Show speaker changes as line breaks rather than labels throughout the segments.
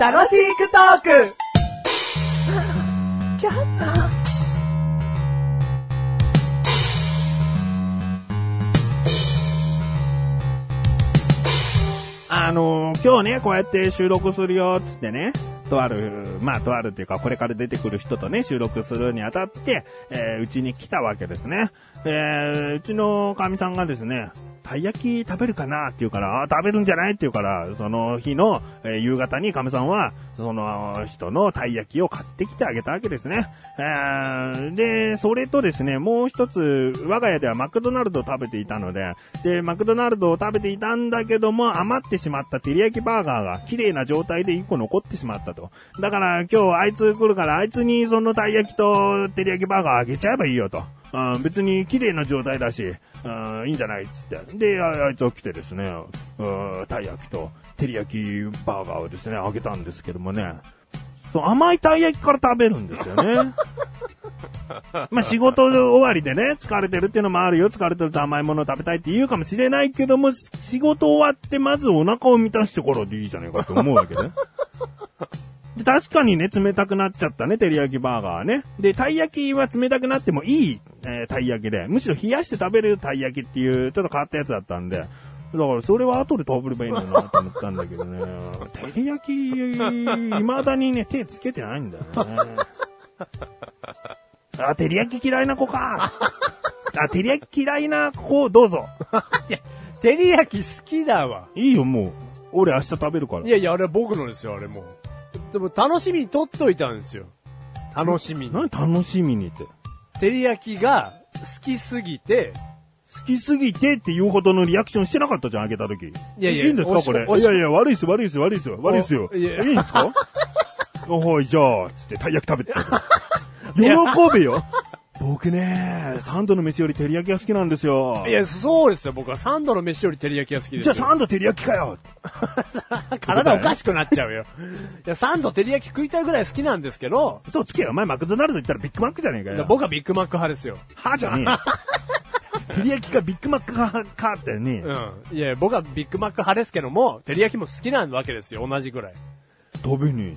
楽しくトーク
あのー今日ね、こうやって収録するよ、つってね、とある、まあ、とあるっていうか、これから出てくる人とね、収録するにあたって、えーうちに来たわけですね。えーうちのかみさんがですね、たい焼き食べるかなって言うから、あー食べるんじゃないって言うから、その日の、えー夕方にかみさんは、その人のたい焼きを買ってきてあげたわけですね。えーで、それとですね、もう一つ、我が家ではマクドナルドを食べていたので、で、マクドナルドを食べていたんだけども、余ってしまった照り焼きバーガーが綺麗な状態で1個残ってしまったと。だから今日あいつ来るから、あいつにそのたい焼きと照り焼きバーガーあげちゃえばいいよと。うん、別に綺麗な状態だし、うん、いいんじゃないっつって。で、ああいつ起きてですね、うん、たい焼きと照り焼きバーガーをですね、あげたんですけどもね。そう、甘いたい焼きから食べるんですよね。まあ仕事終わりでね、疲れてるっていうのもあるよ。疲れてると甘いものを食べたいって言うかもしれないけども、し仕事終わってまずお腹を満たしてからでいいじゃないかと思うわけね。で、確かにね、冷たくなっちゃったね、照り焼きバーガーはね。で、たい焼きは冷たくなってもいい、えーたい焼きで、むしろ冷やして食べるたい焼きっていう、ちょっと変わったやつだったんで、だからそれは後で食べればいいんだなと思ったんだけどね。照り焼き、未だにね、手つけてないんだよね。あ、照り焼き嫌いな子か。あ、照り焼き嫌いな子、どうぞ。
照り焼き好きだわ。
いいよ、もう。俺明日食べるから
い。やいや、あれは僕のですよ、あれもう。でも楽しみに取っといたんですよ。楽しみに。
何楽しみにって。
照り焼きが好きすぎて、
好きすぎてっていうほどのリアクションしてなかったじゃん、開けた時。い
やいや
いいんですか、
おし
これ。
お
い
し
やいや、悪いっす、悪いっす、悪いっす、悪いっすよ。
お
い
いや
いんですかおはい、じゃあ、つって、たい焼き食べて。喜べよ。僕ね、サンドの飯より照り焼きが好きなんですよ。
いや、そうですよ、僕はサンドの飯より照り焼きが好きです
じゃ
よ。
あサンド照り焼きかよ。
体おかしくなっちゃうよ。いや、サンド照り焼き食いたいぐらい好きなんですけど、
そうつけよ、お前マクドナルド行ったらビッグマックじゃねえか
いや
よ。
僕はビッグマック派ですよ。
はじゃねえ。照り焼きかビッグマックか、かってね。
うん。いや、僕はビッグマック派ですけども、照り焼きも好きなわけですよ、同じぐらい。
食べね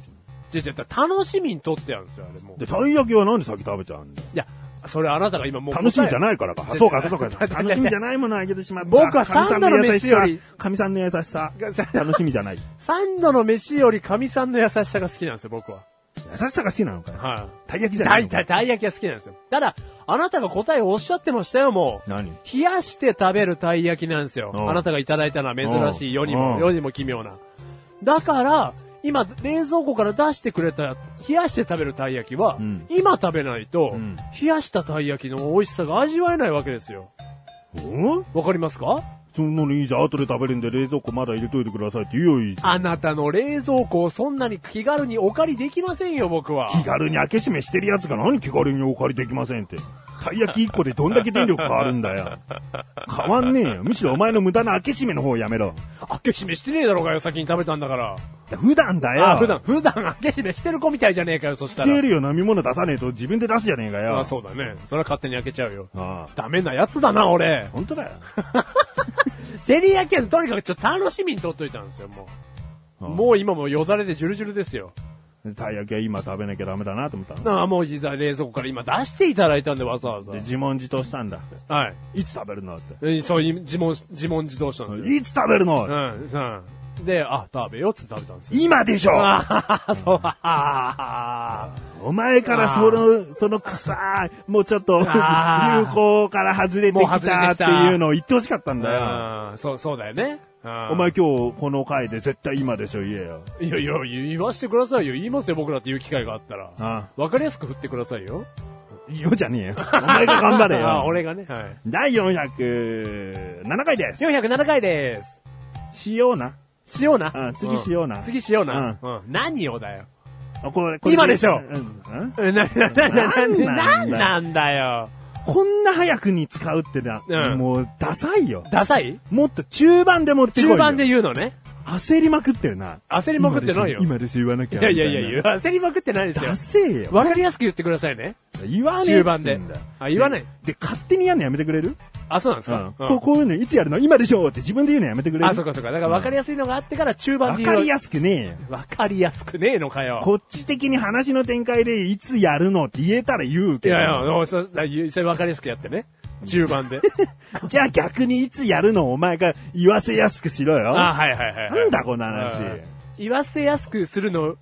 じゃじゃ楽しみに取ってやるんですよ、あれもう
え。で、たい焼きはなんで先食べちゃうんだよ
いや、それあなたが今もう答え。
楽しみじゃないいからか。
違う
そうか、そうか。
違う違 う
楽しみじゃないものをあげてしまった。
僕は
神さん優しさ
サンドの飯より
神さんの優し さ。楽しみじゃない。
サンドの飯より神さんの優しさが好きなんですよ、僕は。
優しさが好きなのかよ。
は
たい焼き
い。
じゃな
た
い
い
の
た
か
い、たい焼きが好きなんですよ。ただ、あなたが答えをおっしゃってましたよ、もう。
何
冷やして食べるたい焼きなんですよ。
うん
あなたがいただいたのは珍しい世に
うん
も、世にも奇妙な。だから、今、冷蔵庫から出してくれた、冷やして食べるたい焼きは、
うん
今食べないと、
うん
冷やしたたい焼きの美味しさが味わえないわけですよ。
うん
わかりますか
そんなのいいじゃん。後で食べるんで冷蔵庫まだ入れといてくださいって言うよ、いいじゃん
あなたの冷蔵庫をそんなに気軽にお借りできませんよ、僕は。
気軽に開け閉めしてるやつが何気軽にお借りできませんって。たい焼き1個でどんだけ電力変わるんだよ。変わんねえよ。むしろお前の無駄な開け閉めの方やめろ。
開け閉めしてねえだろうがよ、先に食べたんだから。
いや普段だよ。
あ、普段、普段開け閉めしてる子みたいじゃねえかよ、そした
消え
ら。
るよ飲み物出さねえと自分で出すじゃねえかよ。
あ、そうだね。それは勝手に開けちゃうよ。
ああ
ダメなやつだな、俺。
本当 だよ。
セリ焼きはとにかくちょっと楽しみに取っといたんですよ、もう。もう今もうよだれでジュルジュルですよ。
たい焼きは今食べなきゃダメだなと思ったの。
ああ、もう実は冷蔵庫から今出していただいたんで、わざわざ
で、。自問自答したんだ。
はい
つ食べるのって。
い。そう、い自問、自問自答したんですよ。
いつ食べるの、
うん、うん。で、あ、食べようっつって食べたんですよ。
今でしょ
ああ、 そう、ああ。
お前からその、その臭い、もうちょっと、流
あー
行から外れて
もう
き
外れて
たっ
き
て
た
いうのを言ってほしかったんだよ。
うんそう、そうだよね。うん
お前、今日この回で絶対今でしょ言えよ。
いやいや、言わせてくださいよ。言いますよ、僕らって言う機会があったら。
あ
わかりやすく振ってくださいよ。
よじゃ ねえよ。お前が頑張れ
あ
よ。
俺がね。はい。
第407回です。
407回で
しような。
す。しような。
うん次しような
次しような。うん。何をだよ。
あこれこれ
今でしょ
うんうん
えな、な、な、な、
なんな
なんん
だ
なんだよ。
こんな早くに使うってな、
うん
もうダサいよ。
ダサい
もっと中盤で持ってこいよ
中盤で言うのね。
焦りまくってるな。
焦りまくってないよ。
今です、今です言わなき
い
ゃ。
やいやいや、
わ
焦りまくってないですよ
ダ。セえよ。
わかりやすく言ってくださいね。
言わねえっつってんだ
中盤であ言わない
で。で、勝手にやるのやめてくれる
あ、そうなんです
う
か
ん。
うん
こうこういうのいつやるの今でしょって自分で言うのやめてくれる
あ、そうかそうか。だから分かりやすいのがあってから中盤
わ
で
かり
や
やすくねえよ。
分かりやすくねえのかよ。
こっち的に話の展開でいつやるのって言えたら言う
い
けど。
やいや、おそそれ分かりやすくやってね。中盤で。
じゃあ逆にいつやるのお前が言わせやすくしろよ。
あ、はいはい はいはい。
なんだこの話
うん言わせやすくするの、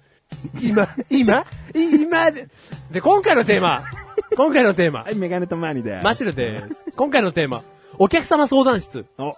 今、今い今で。で、今回のテーマ。今回のテーマ
は。い、メガネとマニで。
マシルです。今回のテーマ。お客様相談室。
お、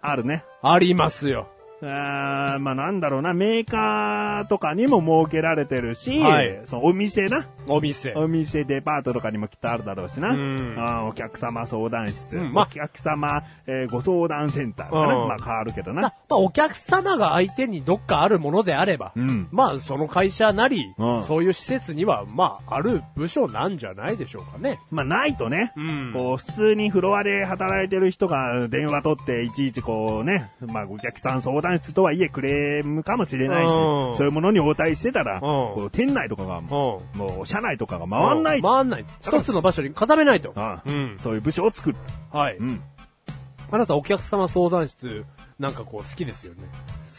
あるね。
ありますよ。
あーまあなんだろうな、メーカーとかにも設けられてるし、
はい
そのお店な。
お店。
お店、デパートとかにもきっとあるだろうしな。
うん
あーお客様相談室。
うんまあ
お客様、えーご相談センターかな。
うん
まあ変わるけど
まあ
な。
まあお客様が相手にどっかあるものであれば、
うん
まあ、その会社なり、
うん
そういう施設には、まあ、ある部署なんじゃないでしょうかね。
まあないとね、
うん
こう普通にフロアで働いてる人が電話取っていちいちこうね、まあお客さん相談室とはいえクレームかもしれないし、
うん
そういうものに応対してたら、
ん
こう店内とかがも
う
う、もう社内とかが回んない。
回んない。一つの場所に固めないと。
ああ
うん。
そういう部署を作る。
はい。
うん。好
あなたお客様相談室、なんかこう好きですよね。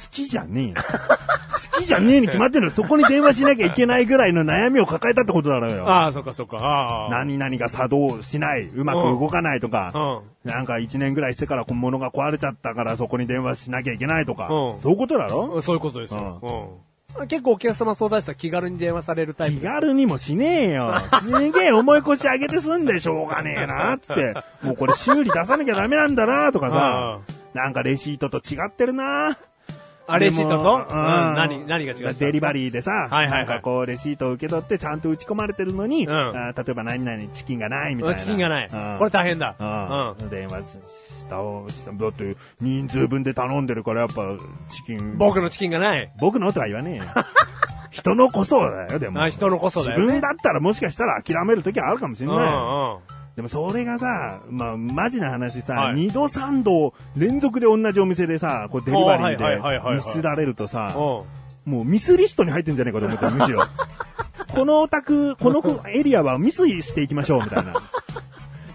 きじゃねえよ。好きじゃねえに決まってるそこに電話しなきゃいけないぐらいの悩みを抱えたってことだろうよ。
ああ、そっかそっか。ああ。
何々が作動しない、うまく動かないとか、
うん。
なんか一年ぐらいしてから物が壊れちゃったからそこに電話しなきゃいけないとか、
うん
そういうことだろ
そういうことですよ。うん。結構お客様相談室は気軽に電話されるタイ
気
プです。
軽にもしねえよ。すげえ重い腰上げてすんでしょうがねえな、つって。もうこれ修理出さなきゃダメなんだな、とかさ。なんかレシートと違ってるな。
あ、レシートとうん。
でも
何、何が違う
デリバ
ー。
リーでさ、
はいはいはい
なんかこう、レシートを受け取ってちゃんと打ち込まれてるのに、
うん
あー例えば何々チキンがないみたいな。
チキンがない
うん。
これ大変だ。
う。
うん
電話した方が、だって人数分で頼んでるからやっぱチキン。
ん。僕のチキンがない。
僕のとは言わねえよ。人のこそだよ、でも。
あ人のこそだよね。
自分だったらもしかしたら諦める時はあるかもしれ
う
ないよ。
んうん。
でもそれがさ、まあ、マジな話さ、
はい
二度三度連続で同じお店でさ、こうデリバリー
あはいはいはいはい
でミスられるとさ、
うん。
もうミスリストに入ってんじゃねえかと思ったよむ しろ。このお宅、このエリアはミスしていきましょう、みたいな。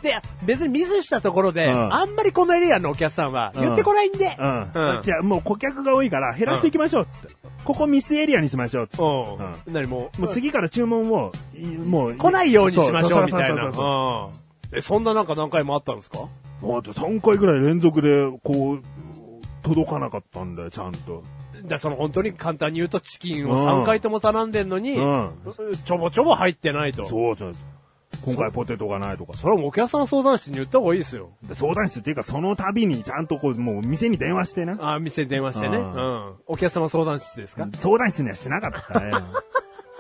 で、別にミスしたところで、
うん
あんまりこのエリアのお客さんは
うん
言ってこないんで。
うん。
うん
じゃあもう顧客が多いから減らしていきましょう、つって。ここミスエリアにしましょう、つって。
うん。何もう、
もう次から注文を、いもう。
来ないようにしましょ
そう
みたい
そ
な。
うそうそうそう
うんえ、そんななんか何回もあったんですか
あと3回ぐらい連続で、こう、届かなかったんだよ、ちゃんと。
だその本当に簡単に言うとチキンを3回とも頼んでんのに、
うん
ちょぼちょぼ入ってないと。そ
そうそう。今回ポテトがないとか。
れはもうお客さん相談室に言った方がいいですよ。
で相談室っていうか、その度にちゃんとこう、もう店に電話してな。
あ店に電話してね。
う
うんん。お客様相談室ですか、
相談室にはしなかったね。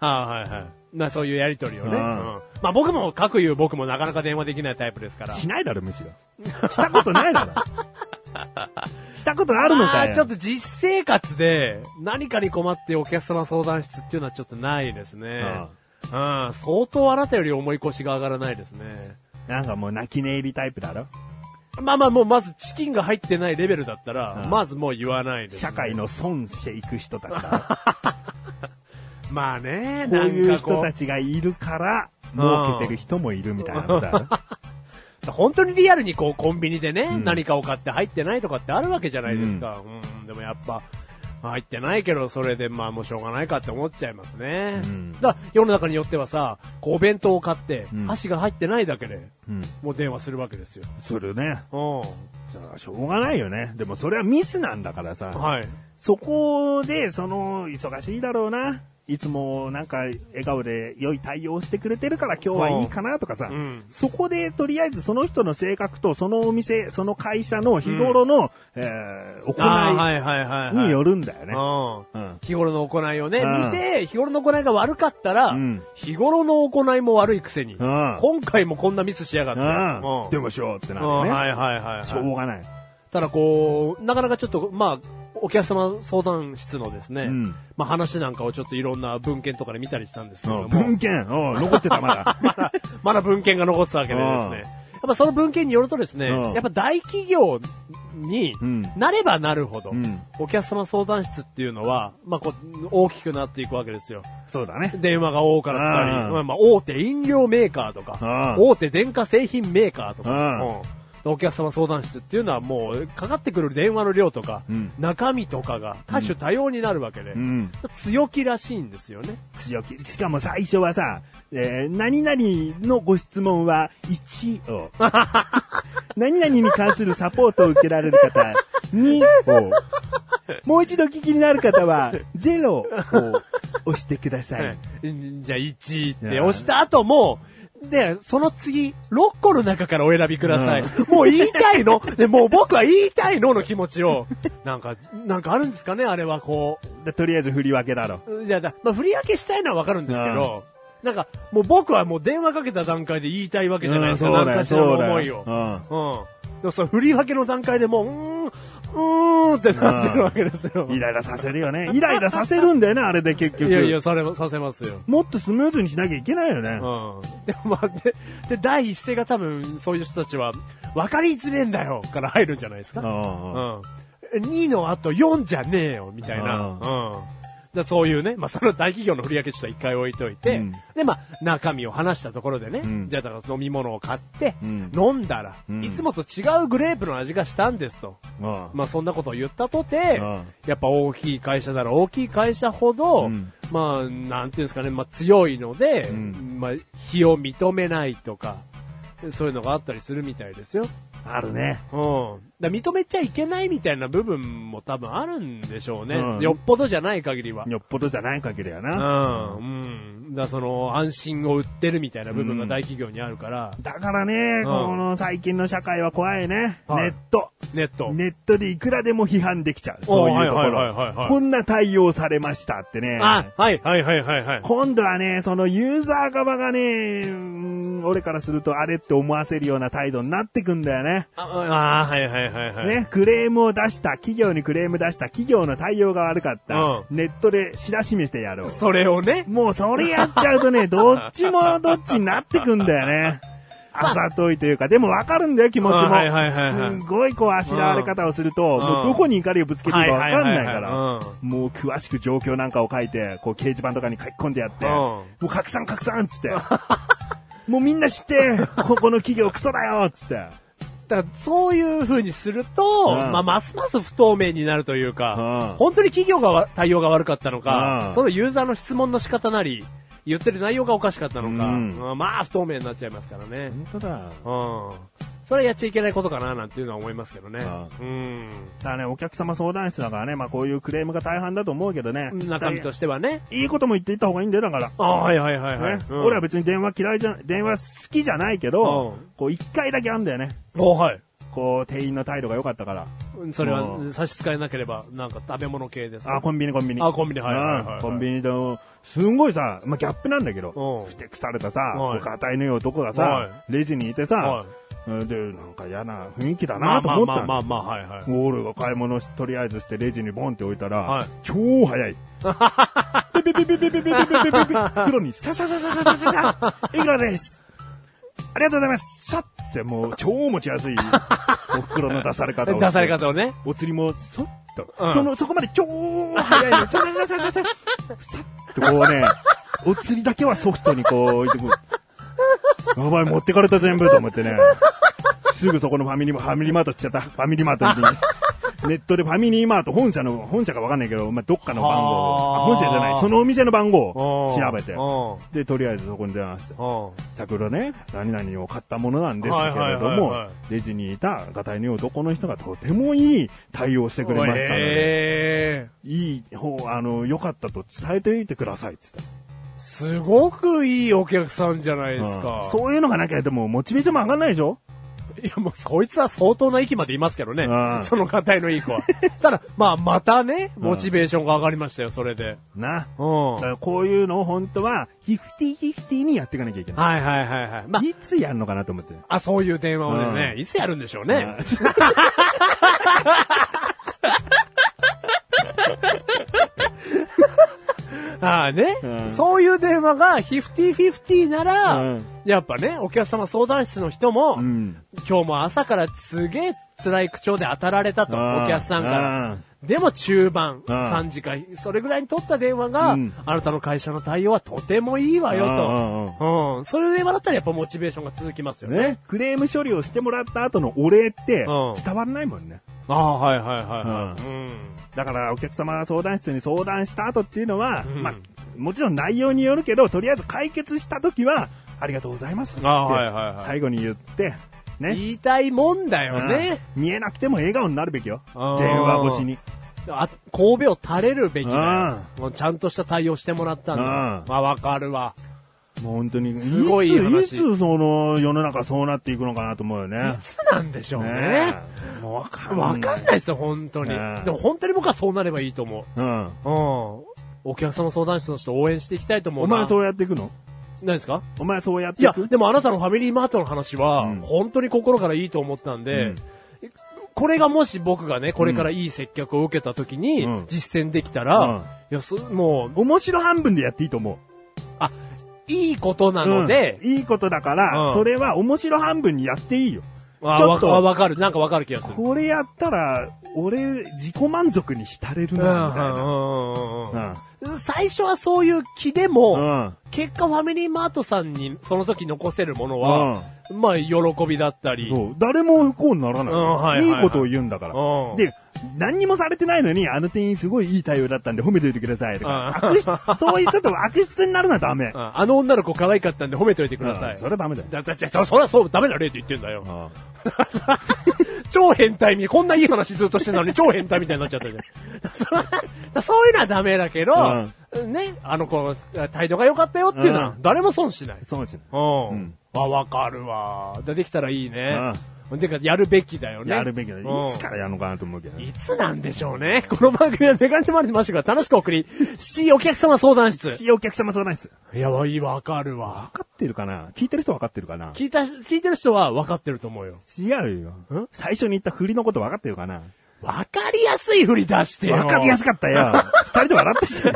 あはいはい。な、そういうやりとりをね。
う
うんん。まあ僕も、各言う僕もなかなか電話できないタイプですから。
しないだろ、むしろ。したことないだろ。 したことあるのか
あー
よ。
ちょっと実生活で何かに困ってお客様相談室っていうのはちょっとないですね。うん、相当あなたより重い腰が上がらないですね。
なんかもう泣き寝入りタイプだろ。
まあまあもうまずチキンが入ってないレベルだったら、
うん
まずもう言わないです、ね。
社会。の損していく人たち だ
まあね、
ろ。こういう
なんか
人たちがいるから、儲けてる人もいるみたいなことだろ。
本当にリアルにこうコンビニでね、
ん
何かを買って入ってないとかってあるわけじゃないですか。うん、でもやっぱ、入ってないけど、それでまあもうしょうがないかって思っちゃいますね。
うん
だから世の中によってはさ、こうお弁当を買って、
うん
箸が入ってないだけで、
うん。
もう電話するわけですよ。
それね。
う
じゃあしょうがないよね。でもそれはミスなんだからさ。
ん。はい。
そこで、その、忙しいだろうな。いつもなんか笑顔で良い対応してくれてるから今日はいいかなとかさ、
うん
そこでとりあえずその人の性格とそのお店、その会社の日頃の、えー
あー
行
はいはいはい、
い
はい。
によるんだよね。
う
うん
ん。日頃の行いをね、
うん
見て、日頃の行いが悪かったら、
うん
日頃の行いも悪いくせに、
ん
今回もこんなミスしやがって。
うん
うん
でもしようってな
うんはい
るね。
はいはいはい。
しょうがない。
ただこう、なかなかちょっと、まあ、お客様相談室のですね、
うん
まあ話なんかをちょっといろんな文献とかで見たりしたんですけれ
う
ど
ん
も、
文献、うん残ってたまだ。
まだ、まだ文献が残ってたわけでですね、やっぱその文献によるとですね、
うん
やっぱ大企業に
うん
なればなるほど、
うん
お客様相談室っていうのは、まあ、こう大きくなっていくわけですよ。
そうだね。
電話が多かったり、
うん
まあまあ、大手飲料メーカーとか、
うん
大手電化製品メーカーとか、
うん
うんお客様相談室っていうのはもう、かかってくる電話の量とか、
うん
中身とかが多種多様になるわけで、
うん。
強気らしいんですよね。
強気。しかも最初はさ、えー何々のご質問は1を。 何々に関するサポートを受けられる方、2を。もう一度聞きになる方は、0を押してください。
うんじゃあ1って押した後も、で、その次、6個の中からお選びください。もう言いたいので、もう僕は言いたいのの気持ちを、なんか、なんかあるんですかねあれはこう。
でとりあえず振り分けだろ。
いやだ、まあ、振り分けしたいのはわかるんですけど、なんか、もう僕はもう電話かけた段階で言いたいわけじゃないですか、
うんそうだ
何
よ
かしらの思い
そ
を
う。だよ
うん。でもその振り分けの段階でもう、うーん、うーんってなってるわけですよ。
イライラさせるよね。イライラさせるんだよね、あれで結局。
いやいや、され、させますよ。
もっとスムーズにしなきゃいけないよね。
うん。で、まあ、で、で第一声が多分、そういう人たちは、分かりづれえんだよから入るんじゃないですか。
うんうん
うん。2の後4じゃねえよ、みたいな。
う
うんん。だそういうね、まあ、その大企業の振り分けちょっと一回置いといて、
うん
で、まあ、中身を話したところでね、
うん
じゃあ、だから飲み物を買って、
うん
飲んだら、
うん
いつもと違うグレープの味がしたんですと。
うん
まあ、そんなことを言ったとて、
うん
やっぱ大きい会社なら大きい会社ほど、
うん
まあ、なんていうんですかね、まあ、強いので、
ん
まあ、非を認めないとか、そういうのがあったりするみたいですよ。
あるね。
うん。だ認めちゃいけないみたいな部分も多分あるんでしょうね。
うん
よっぽどじゃない限りは。
よっぽどじゃない限りや
う
な。
ん。うん。だその、安心を売ってるみたいな部分が大企業にあるから、
だからね、
ん
この最近の社会は怖いね。
は
ネ
い
ット。
ネット。
ネットでいくらでも批判できちゃう。そういうとこ
はいはいはいはいは
ろ。
い
こんな対応されましたってね。
あ、はいはいはいはいはい。
今度はね、そのユーザー側がね、うん俺からするとあれって思わせるような態度になってくんだよね。
あ、あはいはいはいはい。
ね、クレームを出した、企業にクレーム出した、企業の対応が悪かった、
うん
ネットで知らしめしてやろう。
それをね、
もうそれやっちゃうと ね、どっちもどっちになってくんだよね。あざといというか、でもわかるんだよ、気持ちも。
あはいはいはいはい
すんごいこう、あしらわれ方をすると、
ん
もうどこに怒りをぶつけていいかわかんないか
はいはいはい
ら
はいうん。
もう詳しく状況なんかを書いて、こう掲示板とかに書き込んでやって、
うん
もう拡散拡散っつって。 もうみんな知って、ここの企業クソだよっつって。
だからそういう風にすると、
うん
まあ、ますます不透明になるという
う
か、
ん
本当に企業がわ対応が悪かったのか、
うん
そのユーザーの質問の仕方なり、言ってる内容がおかしかったのか、
うん
まあまあ不透明になっちゃいますからね。う
本
ん。
当だ。
それはやっちゃいけないことかな、なんていうのは思いますけどね。うん。
だからね、お客様相談室だからね、まあこういうクレームが大半だと思うけどね。
中身と
して。
してはね。
いいことも言っていった方がいいんだよ、だから。
ああ、はいはいはいはい。
ね
うん
俺は別に電話嫌いじゃ、電話好きじゃないけど、
うん
こう一回だけあんだよね。
おはい。
こう店員の態度が良かったから。
それ
う
は差し支えなければ、なんか食べ物系ですか
あ、コンビニコンビニ。
あコンビニはいはいはいはい
うんコンビニで、すんごいさ、まあ、ギャップなんだけど
う、ん
ふてくされたさ、
はい
硬いのよ男が
はい
さ、レジにいてさ
は、
うんで、なんか嫌な雰囲気だ
ま
な
あ
と
まあ
思っ
ま
た
あま
の
あまあ、はいはい。
俺が買い物しとりあえずしてレジにボンって置いた
は
ら
い、
超早い。ピピピピピピピピピピピピ黒にささささささささ、いくらです。ありがとうございます。さっってもう超持ちやすいお袋の出され方をして。
出され方をね。
お釣りもそっと、
うん
そのそこまで超早いの、ささささささ、さっとこうね、お釣りだけはソフトにこう置いてくる。やばい、持ってかれた全部と思ってね。すぐそこのファミリーマファミリーマートっちゃった。ファミリーマートに。ネットでファミリーマート、本社の、本社かわかんないけど、まあ、どっかの番号を、あ
はあ
本社じゃない、そのお店の番号
う
を
ん
調べて。
うん
で、とりあえずそこに電話して。
うん
先ほどね、何々を買ったものなんですけれど
はいはいはい
も
は、
レジにいたガタイの男の人がとてもいい対応してくれましたので、
え
いい方、あの、良かったと伝えておいてくださいって言っ
ーすごくいいお客さんじゃない
た
ですか。
うんそういうのがなきゃ、でも、モチベーションも上がんないでしょ
いや、もうそいつは相当な域までいますけどね
うん。
その硬いのいい 子は。ただ、まあ、またね、モチベーションが上がりましたよ、それで。
な。
う
だ
ん。は
か
い
らこういうのを本当は、ヒフティヒフティにやっていかなきゃいけな
はいはいはい。まあ
い。、いつやんのかなと思って。
あ、そういう電話をね、
うん
いつやるんでしょうね。ああね、
うん
そういう電話が50-50なら、
うん
やっぱね、お客様相談室の人も、
うん
今今日も朝からすげえ辛い口調で当たられたと、
うん
お客さんから。でも中盤、3時間、それぐらいに取った電話が、
うん
あなたの会社の対応はとてもいいわよと。うん。それでだったらやっぱモチベーションが続きますよね。
ね、クレーム処理をしてもらった後のお礼って
うん
伝わらないもんね。
ああ、はいはいはい、はい。うん。
だからお客様相談室に相談した後っていうのは、
うん
まあ、もちろん内容によるけど、とりあえず解決した時は、ありがとうございますって
あはいはいはい
最後に言って、ね。
言いたいもんだよね。
うん見えなくても笑顔になるべきよ。電
あー
話越しに。
あ、神戸を垂れるべきだよ。もうちゃんとした対応してもらったんだ。
うん
まあわかるわ。
もう本当に。
すごい
つい
話
つその世の中そうなっていくのかなと思うよね
い。つなんでしょうね。
えもうわかん
わかんないですよ、本当に。
ね
でも本当に僕はそうなればいいと思う。
うん。
うん。お客様相談室の人応援していきたいと思う
お
な。
前そうやっていくの
何ですか
お前そうやっ
い
てい
や
く、
でもあなたのファミリーマートの話は、
うん
本当に心からいいと思ったんで、これがもし僕がね、これからいい接客を受けた時に
うん、
実践できた
うん
ら、いや、す、もう、
面白半分でやっていいと思う。
あ、いいことなので
う、んいいことだから、
うん
それは面白半分にやっていいよ。
あ
ちょ
わ
っと
かわかる、なんかわかる気がする。
これやったら、俺、自己満足に浸れる
うん、う
な、みたいな。
んうんうん
う
うん。最初はそういう気でも、
ん。うん。
結果ファミリーマートさんにその時残せるものは、まあ、喜びだったり。
そう。誰も不幸にならない。
うんは
い
いはい
い
はい
ことを言うんだから。
うん
で、何にもされてないのに、あの店員すごいいい対応だったんで褒めておいてください。とか
うん
悪質、そういうちょっと悪質になるのはダメ。
ああの女の子可愛かったんで褒めておいてくださ
う
い。
んそれはダメだよ。
だ、だ、だ、そそらそう、ダメな例と言ってんだよ。
うん
超変態み、こんないい話ずっとしてたのに超変態みたいになっちゃったじゃん。 そらだそういうのはダメだけど、ね、あの子、態度が良かったよっていうのは、
う
誰も損しない。
そうですね。
うん。
うん
あ、わかるわ。でできたらいいね。てか、やるべきだよね。
やるべきだ。い
うん
つからやるのかなと思うけどね。
いつなんでしょうね。この番組はメガネマルマシュが楽しくお送り、C お客様相談室。
一応お客様そうないです。
いや、いい、わかるわ。
分かってるかな聞いてる人分かってるかな
聞いた、聞いてる人はわかってると思うよ。
違うよ
ん。
最初に言った振りのこと分かってるかな
わかりやすい振り出してよ。
分かりやす
か
かったよ。 二人で笑ってきたよ。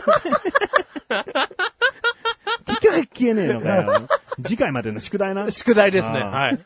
聞かなきゃ消えねえのかよ。次回までの宿題な。
宿題ですね。
あー
はい。